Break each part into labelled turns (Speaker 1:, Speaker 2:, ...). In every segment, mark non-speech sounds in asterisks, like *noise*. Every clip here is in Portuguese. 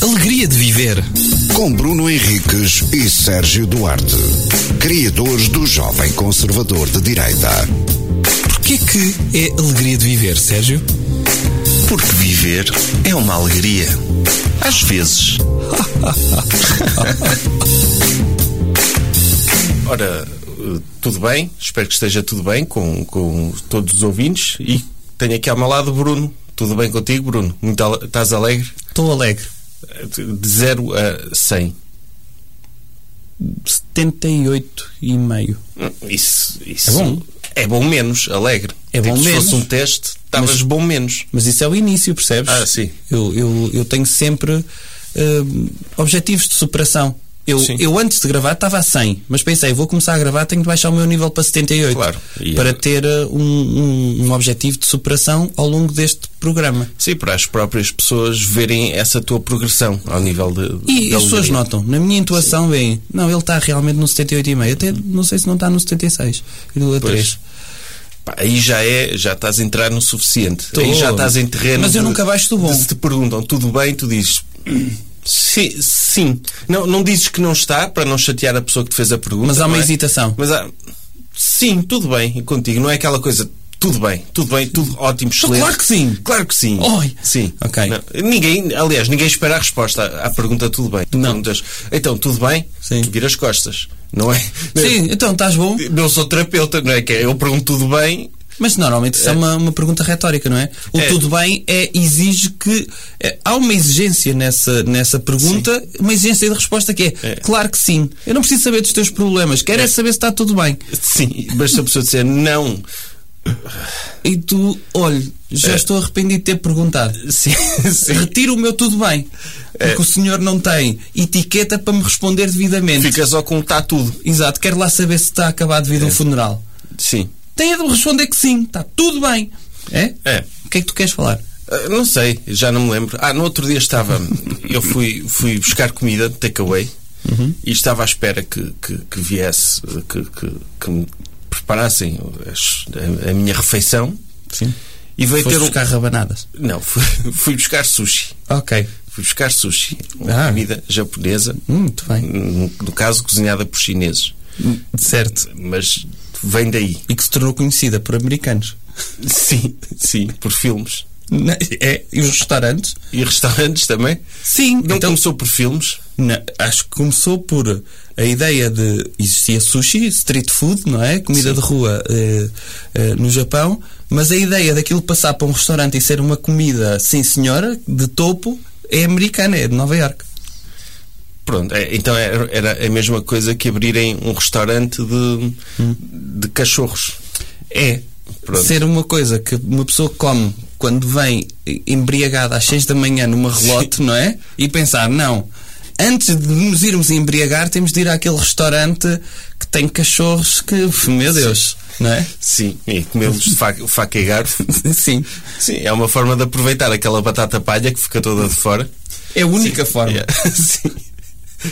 Speaker 1: Alegria de Viver.
Speaker 2: Com Bruno Henriques e Sérgio Duarte, criadores do Jovem Conservador de Direita.
Speaker 1: Porquê que é alegria de viver, Sérgio?
Speaker 3: Porque viver é uma alegria. Às vezes. Ora, eh, tudo bem? Espero que esteja tudo bem com, com todos os ouvintes. E tenho aqui ao meu lado o Bruno. Tudo bem contigo, Bruno? Muito ale- Estás alegre?
Speaker 1: Estou alegre.
Speaker 3: De 0 a 100.
Speaker 4: 78 e meio.
Speaker 3: Hum, Isso, isso
Speaker 4: É bom.
Speaker 3: É bom menos, alegre.
Speaker 4: É bom
Speaker 3: tipo,
Speaker 4: menos.
Speaker 3: Se fosse um teste, estavas bom menos.
Speaker 4: Mas isso é o início, percebes?
Speaker 3: Ah, sim.
Speaker 4: Eu, eu, eu tenho sempre hum, objetivos de superação. Eu,
Speaker 3: Sim.
Speaker 4: eu antes de gravar estava a 100, mas pensei, vou começar a gravar, tenho de baixar o meu nível para 78.
Speaker 3: Claro. E
Speaker 4: para
Speaker 3: é-
Speaker 4: ter uh, um, um, um objetivo de superação ao longo deste programa.
Speaker 3: Sim, para as próprias pessoas verem essa tua progressão ao nível de.
Speaker 4: E
Speaker 3: da
Speaker 4: as pessoas
Speaker 3: alegria.
Speaker 4: notam, na minha intuação, bem, não, ele está realmente no 78,5. Até não sei se não está no 76,3.
Speaker 3: Pá, aí já é, já estás a entrar no suficiente.
Speaker 4: Tô.
Speaker 3: Aí já estás em terreno.
Speaker 4: Mas eu nunca baixo do bom.
Speaker 3: de- Se te perguntam tudo bem, tu dizes. Sim, sim. Não, não dizes que não está para não chatear a pessoa que te fez a pergunta.
Speaker 4: Mas há uma
Speaker 3: não é?
Speaker 4: hesitação.
Speaker 3: Mas há. Sim, tudo bem. E contigo. Não é aquela coisa. Tudo bem, tudo bem, tudo ótimo, excelente.
Speaker 4: Claro que sim.
Speaker 3: Claro que sim.
Speaker 4: Oi.
Speaker 3: Sim.
Speaker 4: Ok.
Speaker 3: Não, ninguém, aliás, ninguém espera a resposta à, à pergunta tudo bem. Tu
Speaker 4: Não.
Speaker 3: perguntas, então, tudo bem?
Speaker 4: Sim.
Speaker 3: Tu viras costas. Não é?
Speaker 4: Sim, então estás bom.
Speaker 3: Não sou terapeuta, não é? Que é, eu pergunto tudo bem,
Speaker 4: Mas normalmente isso é, uma, uma pergunta retórica, não é? O
Speaker 3: É.
Speaker 4: tudo bem é exige que. é, há uma exigência nessa, nessa pergunta, uma exigência de resposta que é,
Speaker 3: É.
Speaker 4: claro que sim. Eu não preciso saber dos teus problemas, quero é, saber se está tudo bem.
Speaker 3: Sim, mas se a pessoa disser não,
Speaker 4: E tu, olha, já estou arrependido de ter perguntado.
Speaker 3: É. sim, *laughs* sim, É.
Speaker 4: Retiro o meu tudo bem, porque o senhor não tem etiqueta para me responder devidamente.
Speaker 3: fica É. só com está tudo.
Speaker 4: Exato, quero lá saber se está a acabar devido um funeral.
Speaker 3: Sim.
Speaker 4: Tem de me responder que sim, está tudo bem. É?
Speaker 3: É.
Speaker 4: O que é que tu queres falar?
Speaker 3: Ah, Não sei, já não me lembro. Ah, no outro dia estava. Eu fui, fui buscar comida, takeaway,
Speaker 4: Uhum.
Speaker 3: e estava à espera que, que, que viesse, que, que, que me preparassem as- a, a minha refeição.
Speaker 4: Sim.
Speaker 3: E veio
Speaker 4: Foste
Speaker 3: ter um.
Speaker 4: buscar rabanadas.
Speaker 3: Não, *laughs* fui, fui buscar sushi.
Speaker 4: Ok.
Speaker 3: Fui buscar sushi. Uma
Speaker 4: Ah. Hum,
Speaker 3: comida japonesa.
Speaker 4: Muito bem. Hum,
Speaker 3: No, no caso, cozinhada por chineses.
Speaker 4: Certo.
Speaker 3: Mas vem daí.
Speaker 4: E que se tornou conhecida por *laughs* americanos.
Speaker 3: Sim, sim, por filmes.
Speaker 4: Na- É, e os restaurantes?
Speaker 3: E restaurantes também?
Speaker 4: Sim.
Speaker 3: Não
Speaker 4: então,
Speaker 3: começou por filmes?
Speaker 4: na- acho que começou por a ideia de existia sushi, street food, não é? Comida de rua eh, eh, no Japão, mas a ideia daquilo passar para um restaurante e ser uma comida sim senhora, de topo, é americana, é de Nova Iorque.
Speaker 3: Pronto, é, então era, era a mesma coisa que abrirem um restaurante de,
Speaker 4: Hum.
Speaker 3: de cachorros.
Speaker 4: É.
Speaker 3: Pronto.
Speaker 4: Ser uma coisa que uma pessoa come quando vem embriagada às 6 da manhã numa relote, não é? E pensar, não, antes de nos irmos embriagar, temos de ir àquele restaurante que tem cachorros que, meu Deus, não é?
Speaker 3: Sim, e comê-los de faca, faca e garfo.
Speaker 4: *laughs* Sim.
Speaker 3: Sim, é uma forma de aproveitar aquela batata palha que fica toda de fora.
Speaker 4: É a única forma.
Speaker 3: Yeah. Sim.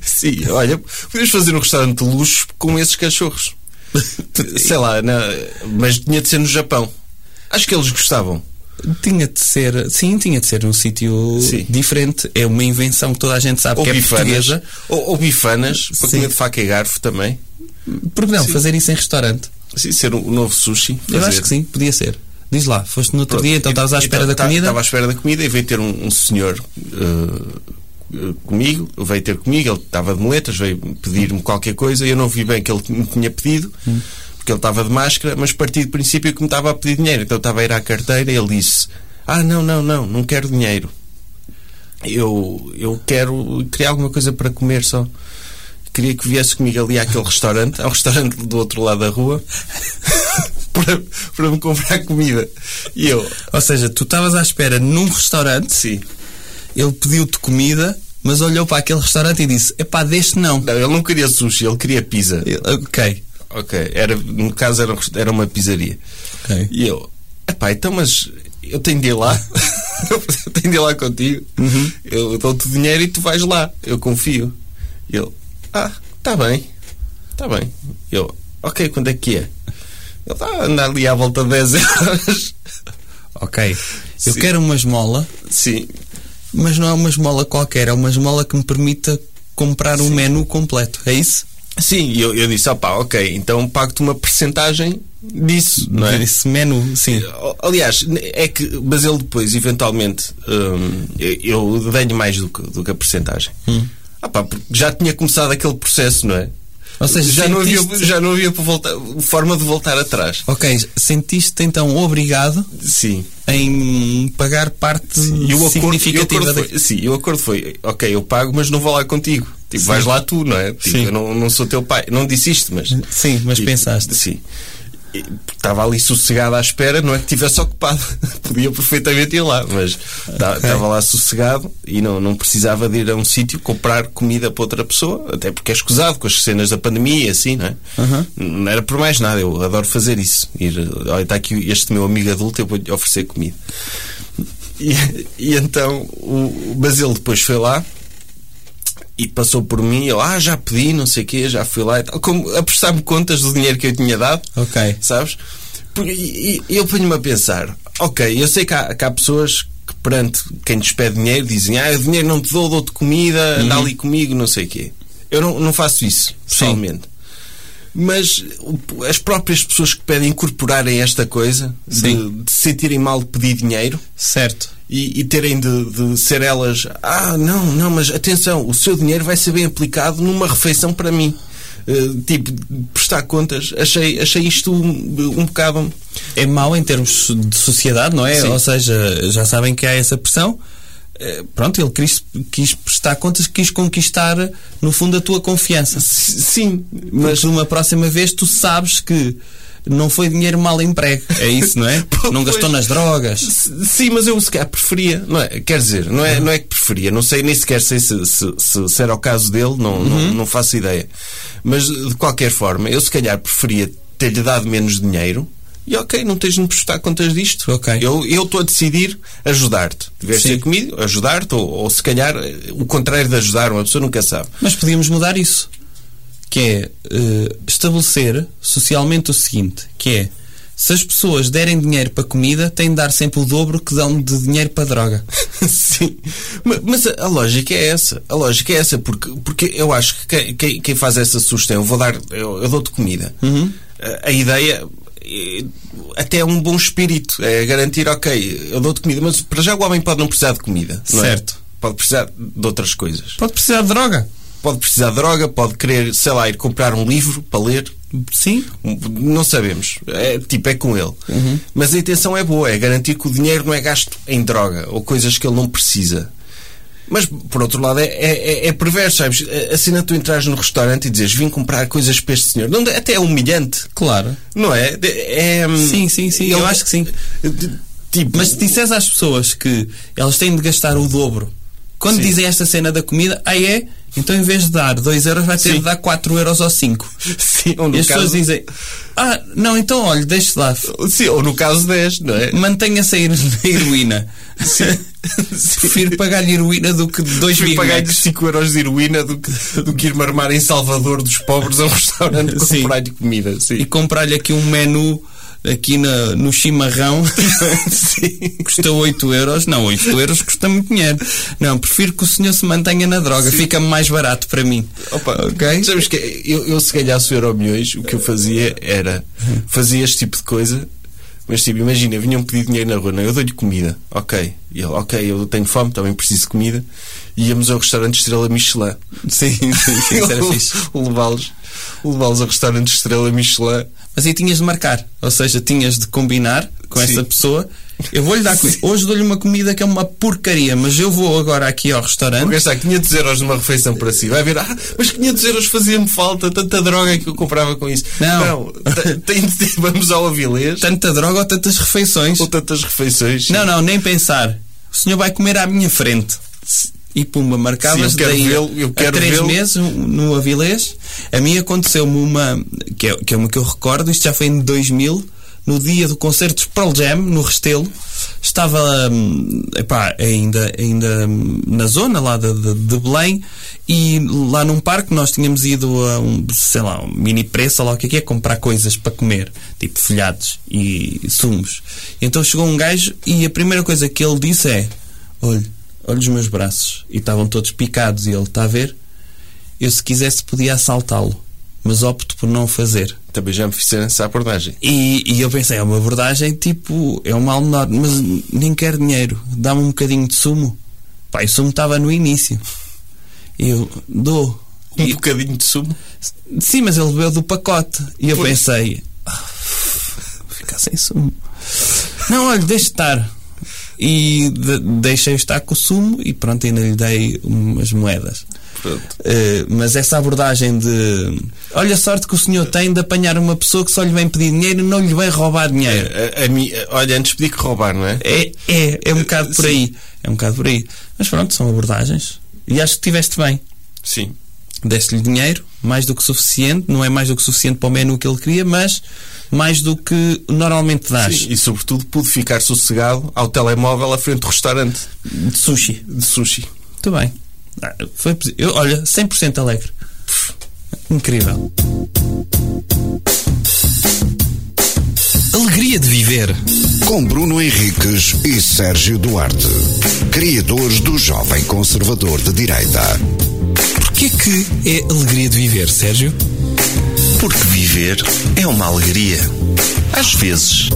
Speaker 3: Sim, olha, podemos fazer um restaurante de luxo com esses
Speaker 4: *laughs*
Speaker 3: cachorros. Sei lá, na- mas tinha de ser no Japão. Acho que eles gostavam.
Speaker 4: *laughs* Tinha de ser, sim, tinha de ser um sítio
Speaker 3: Sim.
Speaker 4: diferente. É uma invenção que toda a gente sabe
Speaker 3: Ou
Speaker 4: que é
Speaker 3: bifanas.
Speaker 4: portuguesa.
Speaker 3: Ou, ou bifanas, para
Speaker 4: Sim.
Speaker 3: comer de faca e garfo também.
Speaker 4: Por que não fazer isso em restaurante?
Speaker 3: Sim, ser o um, novo sushi.
Speaker 4: Eu acho que sim, podia ser. Diz lá, foste no outro dia, então estavas à
Speaker 3: tá,
Speaker 4: espera da comida.
Speaker 3: Estava à espera da comida e veio ter um, um senhor eh, eh, comigo, veio ter comigo, ele estava de moletas, veio pedir-me qualquer coisa, eu não vi bem que ele me tinha pedido,
Speaker 4: Hum.
Speaker 3: porque ele estava de máscara, mas parti do princípio que me estava a pedir dinheiro. Então eu estava a ir à carteira e ele disse: Ah, não, não, não, não quero dinheiro. Eu, eu quero criar alguma coisa para comer só. Queria que viesse comigo ali àquele restaurante, ao restaurante do outro lado da rua, *laughs* para, para me comprar comida. E eu,
Speaker 4: Ou seja, tu estavas à espera num restaurante,
Speaker 3: sim.
Speaker 4: ele pediu-te comida, mas olhou para aquele restaurante e disse: Epá, deste não.
Speaker 3: Não, ele não queria sushi, ele queria pizza.
Speaker 4: Ele, ok.
Speaker 3: Ok, era, no caso era, um rest- era uma pizzaria.
Speaker 4: Ok.
Speaker 3: E eu, epá, então mas eu tenho de ir lá, eu tenho de ir lá contigo, eu dou-te dinheiro e tu vais lá, eu confio. E ele, ah, tá bem, tá bem. Eu, ok, quando é que é? Ele está a andar ali à volta de 10 euros. *laughs*
Speaker 4: Ok. Eu
Speaker 3: Sim.
Speaker 4: quero uma esmola
Speaker 3: Sim,
Speaker 4: mas não é uma esmola qualquer, é uma esmola que me permita comprar um menu completo, é isso?
Speaker 3: Sim, e eu, eu disse, opá, ok, então pago-te uma percentagem disso, não é?
Speaker 4: Esse menu, sim.
Speaker 3: Aliás, é que, mas ele depois, eventualmente, hum, eu dei-lhe mais do que, do que a percentagem.
Speaker 4: Hum.
Speaker 3: Ah pá, porque já tinha começado aquele processo, não é?
Speaker 4: Ou seja,
Speaker 3: já, não havia,
Speaker 4: sentiste-
Speaker 3: já não havia por voltar- forma de voltar atrás.
Speaker 4: Ok, sentiste-te então obrigado
Speaker 3: Sim.
Speaker 4: em pagar parte
Speaker 3: E o acordo, e o
Speaker 4: significativa
Speaker 3: acordo
Speaker 4: da-
Speaker 3: foi, sim, e o acordo foi, ok, eu pago, mas não vou lá contigo. Tipo,
Speaker 4: Sim.
Speaker 3: vais lá tu, não é? Tipo,
Speaker 4: Sim.
Speaker 3: eu não, não sou teu pai. Não disse isto, mas.
Speaker 4: Sim, mas
Speaker 3: E-
Speaker 4: pensaste.
Speaker 3: Sim. E, porque Estava ali sossegado à espera, não é que estivesse ocupado. *laughs* Podia perfeitamente ir lá, mas ta- estava lá sossegado e não, não precisava de ir a um sítio comprar comida para outra pessoa, até porque é escusado com as cenas da pandemia e assim, não é?
Speaker 4: Aham.
Speaker 3: Não era por mais nada, eu adoro fazer isso. Ir, olha, está aqui este meu amigo adulto, eu vou-lhe oferecer comida. E, e então, o, mas ele depois foi lá e passou por mim, eu, ah, já pedi, não sei o quê, já fui lá e tal, como a prestar-me contas do dinheiro que eu tinha dado,
Speaker 4: Ok.
Speaker 3: sabes? Porque, e, e eu ponho-me a pensar, ok, eu sei que há, que há pessoas que perante quem te pede dinheiro dizem, ah, o dinheiro não te dou, dou-te comida,
Speaker 4: Uhum.
Speaker 3: anda ali comigo, não sei o quê. Eu não, não faço isso, pessoalmente. Mas o- as próprias pessoas que pedem incorporarem esta coisa, de,
Speaker 4: Sim.
Speaker 3: de se sentirem mal de pedir dinheiro,
Speaker 4: Certo.
Speaker 3: e, e terem de, de ser elas ah não não mas atenção o seu dinheiro vai ser bem aplicado numa refeição para mim Eh, tipo prestar contas achei achei isto um, um bocado
Speaker 4: É mau em termos de sociedade, não é?
Speaker 3: Sim.
Speaker 4: Ou seja, já sabem que há essa pressão. Eh, Pronto, ele quis, quis prestar contas, quis conquistar, no fundo, a tua confiança.
Speaker 3: S- sim
Speaker 4: Mas numa próxima vez tu sabes que não foi dinheiro mal emprego. É isso, não é?
Speaker 3: Pois.
Speaker 4: não gastou nas drogas.
Speaker 3: S- Sim, mas eu sequer preferia, não é? Quer dizer, não é, não é que preferia, não sei nem sequer sei se, se, se- se era o caso dele, não,
Speaker 4: Uhum.
Speaker 3: não, não faço ideia. Mas de qualquer forma, eu se calhar preferia ter-lhe dado menos dinheiro e ok, não tens de me prestar contas disto.
Speaker 4: Ok.
Speaker 3: Eu eu estou a decidir ajudar-te. Tiveste
Speaker 4: Sim.
Speaker 3: ter comigo, ajudar-te, ou, ou se calhar eh, o contrário de ajudar, uma pessoa nunca sabe.
Speaker 4: Mas podíamos mudar isso. Que é eh, estabelecer socialmente o seguinte, que é se as pessoas derem dinheiro para comida, têm de dar sempre o dobro que dão de dinheiro para droga.
Speaker 3: *laughs* Sim, Ma- mas a, a lógica é essa. A lógica é essa, porque, porque eu acho que quem, quem, quem faz essa sugestão, eu vou dar, eu, eu dou-te comida. A, a ideia eh, até é um bom espírito, é garantir, ok, eu dou-te comida, mas para já o homem pode não precisar de comida, não é?
Speaker 4: Certo.
Speaker 3: Pode precisar de outras coisas.
Speaker 4: Pode precisar de droga.
Speaker 3: Pode precisar de droga, pode querer, sei lá, ir comprar um livro para ler.
Speaker 4: Sim.
Speaker 3: Um- Não sabemos. É, tipo, é com ele.
Speaker 4: Uhum.
Speaker 3: Mas a intenção é boa, é garantir que o dinheiro não é gasto em droga ou coisas que ele não precisa. Mas, por outro lado, é, é, é- é perverso, sabes? Assim, tu entras no restaurante e dizes vim comprar coisas para este senhor. Não, até é humilhante,
Speaker 4: Claro.
Speaker 3: não é? De- é, hum,
Speaker 4: Sim, sim, sim,
Speaker 3: ele-
Speaker 4: eu acho que sim.
Speaker 3: de- Tipo,
Speaker 4: Mas se disseres às pessoas que elas têm de gastar o dobro, quando
Speaker 3: Sim.
Speaker 4: dizem esta cena da comida, aí é, então em vez de dar 2 euros, vai ter
Speaker 3: Sim.
Speaker 4: de dar 4 euros ou 5.
Speaker 3: sim, ou
Speaker 4: E
Speaker 3: no
Speaker 4: as pessoas
Speaker 3: caso,
Speaker 4: dizem, ah, não, então olha, deixe lá,
Speaker 3: sim, ou no caso 10, não é?
Speaker 4: mantenha-se a hero- a heroína. *laughs* Prefiro pagar-lhe heroína do que 2
Speaker 3: Fui
Speaker 4: Big
Speaker 3: pagar-lhe
Speaker 4: Macs.
Speaker 3: 5 euros de heroína do que, do que ir marmar em Salvador dos pobres a
Speaker 4: *laughs*
Speaker 3: um restaurante
Speaker 4: Sim.
Speaker 3: comprar-lhe comida. Sim.
Speaker 4: e comprar-lhe aqui um menu aqui na, no chimarrão
Speaker 3: *laughs*
Speaker 4: custa 8 euros não, 8 euros custa muito dinheiro não, prefiro que o senhor se mantenha na droga fica mais barato para mim
Speaker 3: Opa,
Speaker 4: ok?
Speaker 3: Sabes que eu, eu se ganhasse o euro milhões, o que eu fazia era fazia este tipo de coisa, mas tipo, imagina, vinham pedir dinheiro na rua, não, eu dou-lhe comida, ok. E ele, ok, eu tenho fome, também preciso de comida. E íamos ao restaurante Estrela Michelin.
Speaker 4: sim, sim, sim,
Speaker 3: *laughs*
Speaker 4: isso era fixe
Speaker 3: Levá-los levá ao restaurante Estrela Michelin.
Speaker 4: mas aí tinhas de marcar, ou seja, tinhas de combinar com
Speaker 3: Sim.
Speaker 4: essa pessoa eu vou-lhe dar comida. hoje dou-lhe uma comida que é uma porcaria mas eu vou agora aqui ao
Speaker 3: Vou
Speaker 4: restaurante
Speaker 3: gastar 500 euros numa refeição para si. Vai ver, ah, mas 500 euros fazia-me falta, tanta droga que eu comprava com isso.
Speaker 4: Não.
Speaker 3: te- tem de- vamos ao Avilés,
Speaker 4: tanta droga ou tantas refeições
Speaker 3: ou tantas refeições.
Speaker 4: Não, não, nem pensar. O senhor vai comer à minha frente. E pumba, marcavas
Speaker 3: Sim, eu quero
Speaker 4: daí
Speaker 3: vê-lo, eu
Speaker 4: a
Speaker 3: quero
Speaker 4: três
Speaker 3: vê-lo.
Speaker 4: meses um, no Avilés. A mim aconteceu-me uma, que é, que é uma que eu recordo, isto já foi em 2000, no dia do concerto dos Pearl Jam, no Restelo. Estava hum, epá, ainda, ainda hum, na zona lá de, de- de Belém e lá num parque nós tínhamos ido a um, sei lá, um mini preço, ou lá o que é que é, comprar coisas para comer, tipo folhados e sumos. Então chegou um gajo e a primeira coisa que ele disse é: Olha, olha os meus braços. E estavam todos picados e ele está a ver. Eu, se quisesse, podia assaltá-lo, mas opto por não o fazer.
Speaker 3: Também já me fizeram essa abordagem.
Speaker 4: E, e eu pensei, é uma abordagem tipo, é um mal menor, mas nem quero dinheiro, dá-me um bocadinho de sumo. Pá, e o sumo estava no início. E eu dou.
Speaker 3: Um
Speaker 4: E-
Speaker 3: bocadinho de sumo.
Speaker 4: sim, mas ele bebeu do pacote. E eu
Speaker 3: Pois.
Speaker 4: pensei, "Ah, ficar sem sumo. Não, olha, deixa estar. E de, deixei estar com o sumo e pronto, ainda lhe dei umas moedas.
Speaker 3: Pronto.
Speaker 4: Eh, mas essa abordagem de olha a sorte que o senhor tem de apanhar uma pessoa que só lhe vem pedir dinheiro e não lhe vem roubar dinheiro.
Speaker 3: A, a, mim- olha, antes pedi que roubar, não é?
Speaker 4: É, é, é um bocado por
Speaker 3: Sim.
Speaker 4: aí. É um bocado por aí. Mas pronto, são abordagens. E acho que estiveste bem.
Speaker 3: Sim.
Speaker 4: Deste-lhe dinheiro, mais do que suficiente, não é mais do que suficiente para o menu que ele queria, mas mais do que normalmente dás.
Speaker 3: Sim, E sobretudo pude ficar sossegado ao telemóvel à frente do restaurante
Speaker 4: De sushi.
Speaker 3: de sushi.
Speaker 4: Muito bem. Ah, Foi, posi- eu, olha, 100% alegre. Incrível.
Speaker 1: Alegria de viver.
Speaker 2: Com Bruno Henriques e Sérgio Duarte, criadores do Jovem Conservador de Direita.
Speaker 1: Porquê que é alegria de viver, Sérgio?
Speaker 5: Porque viver é uma alegria. Às vezes.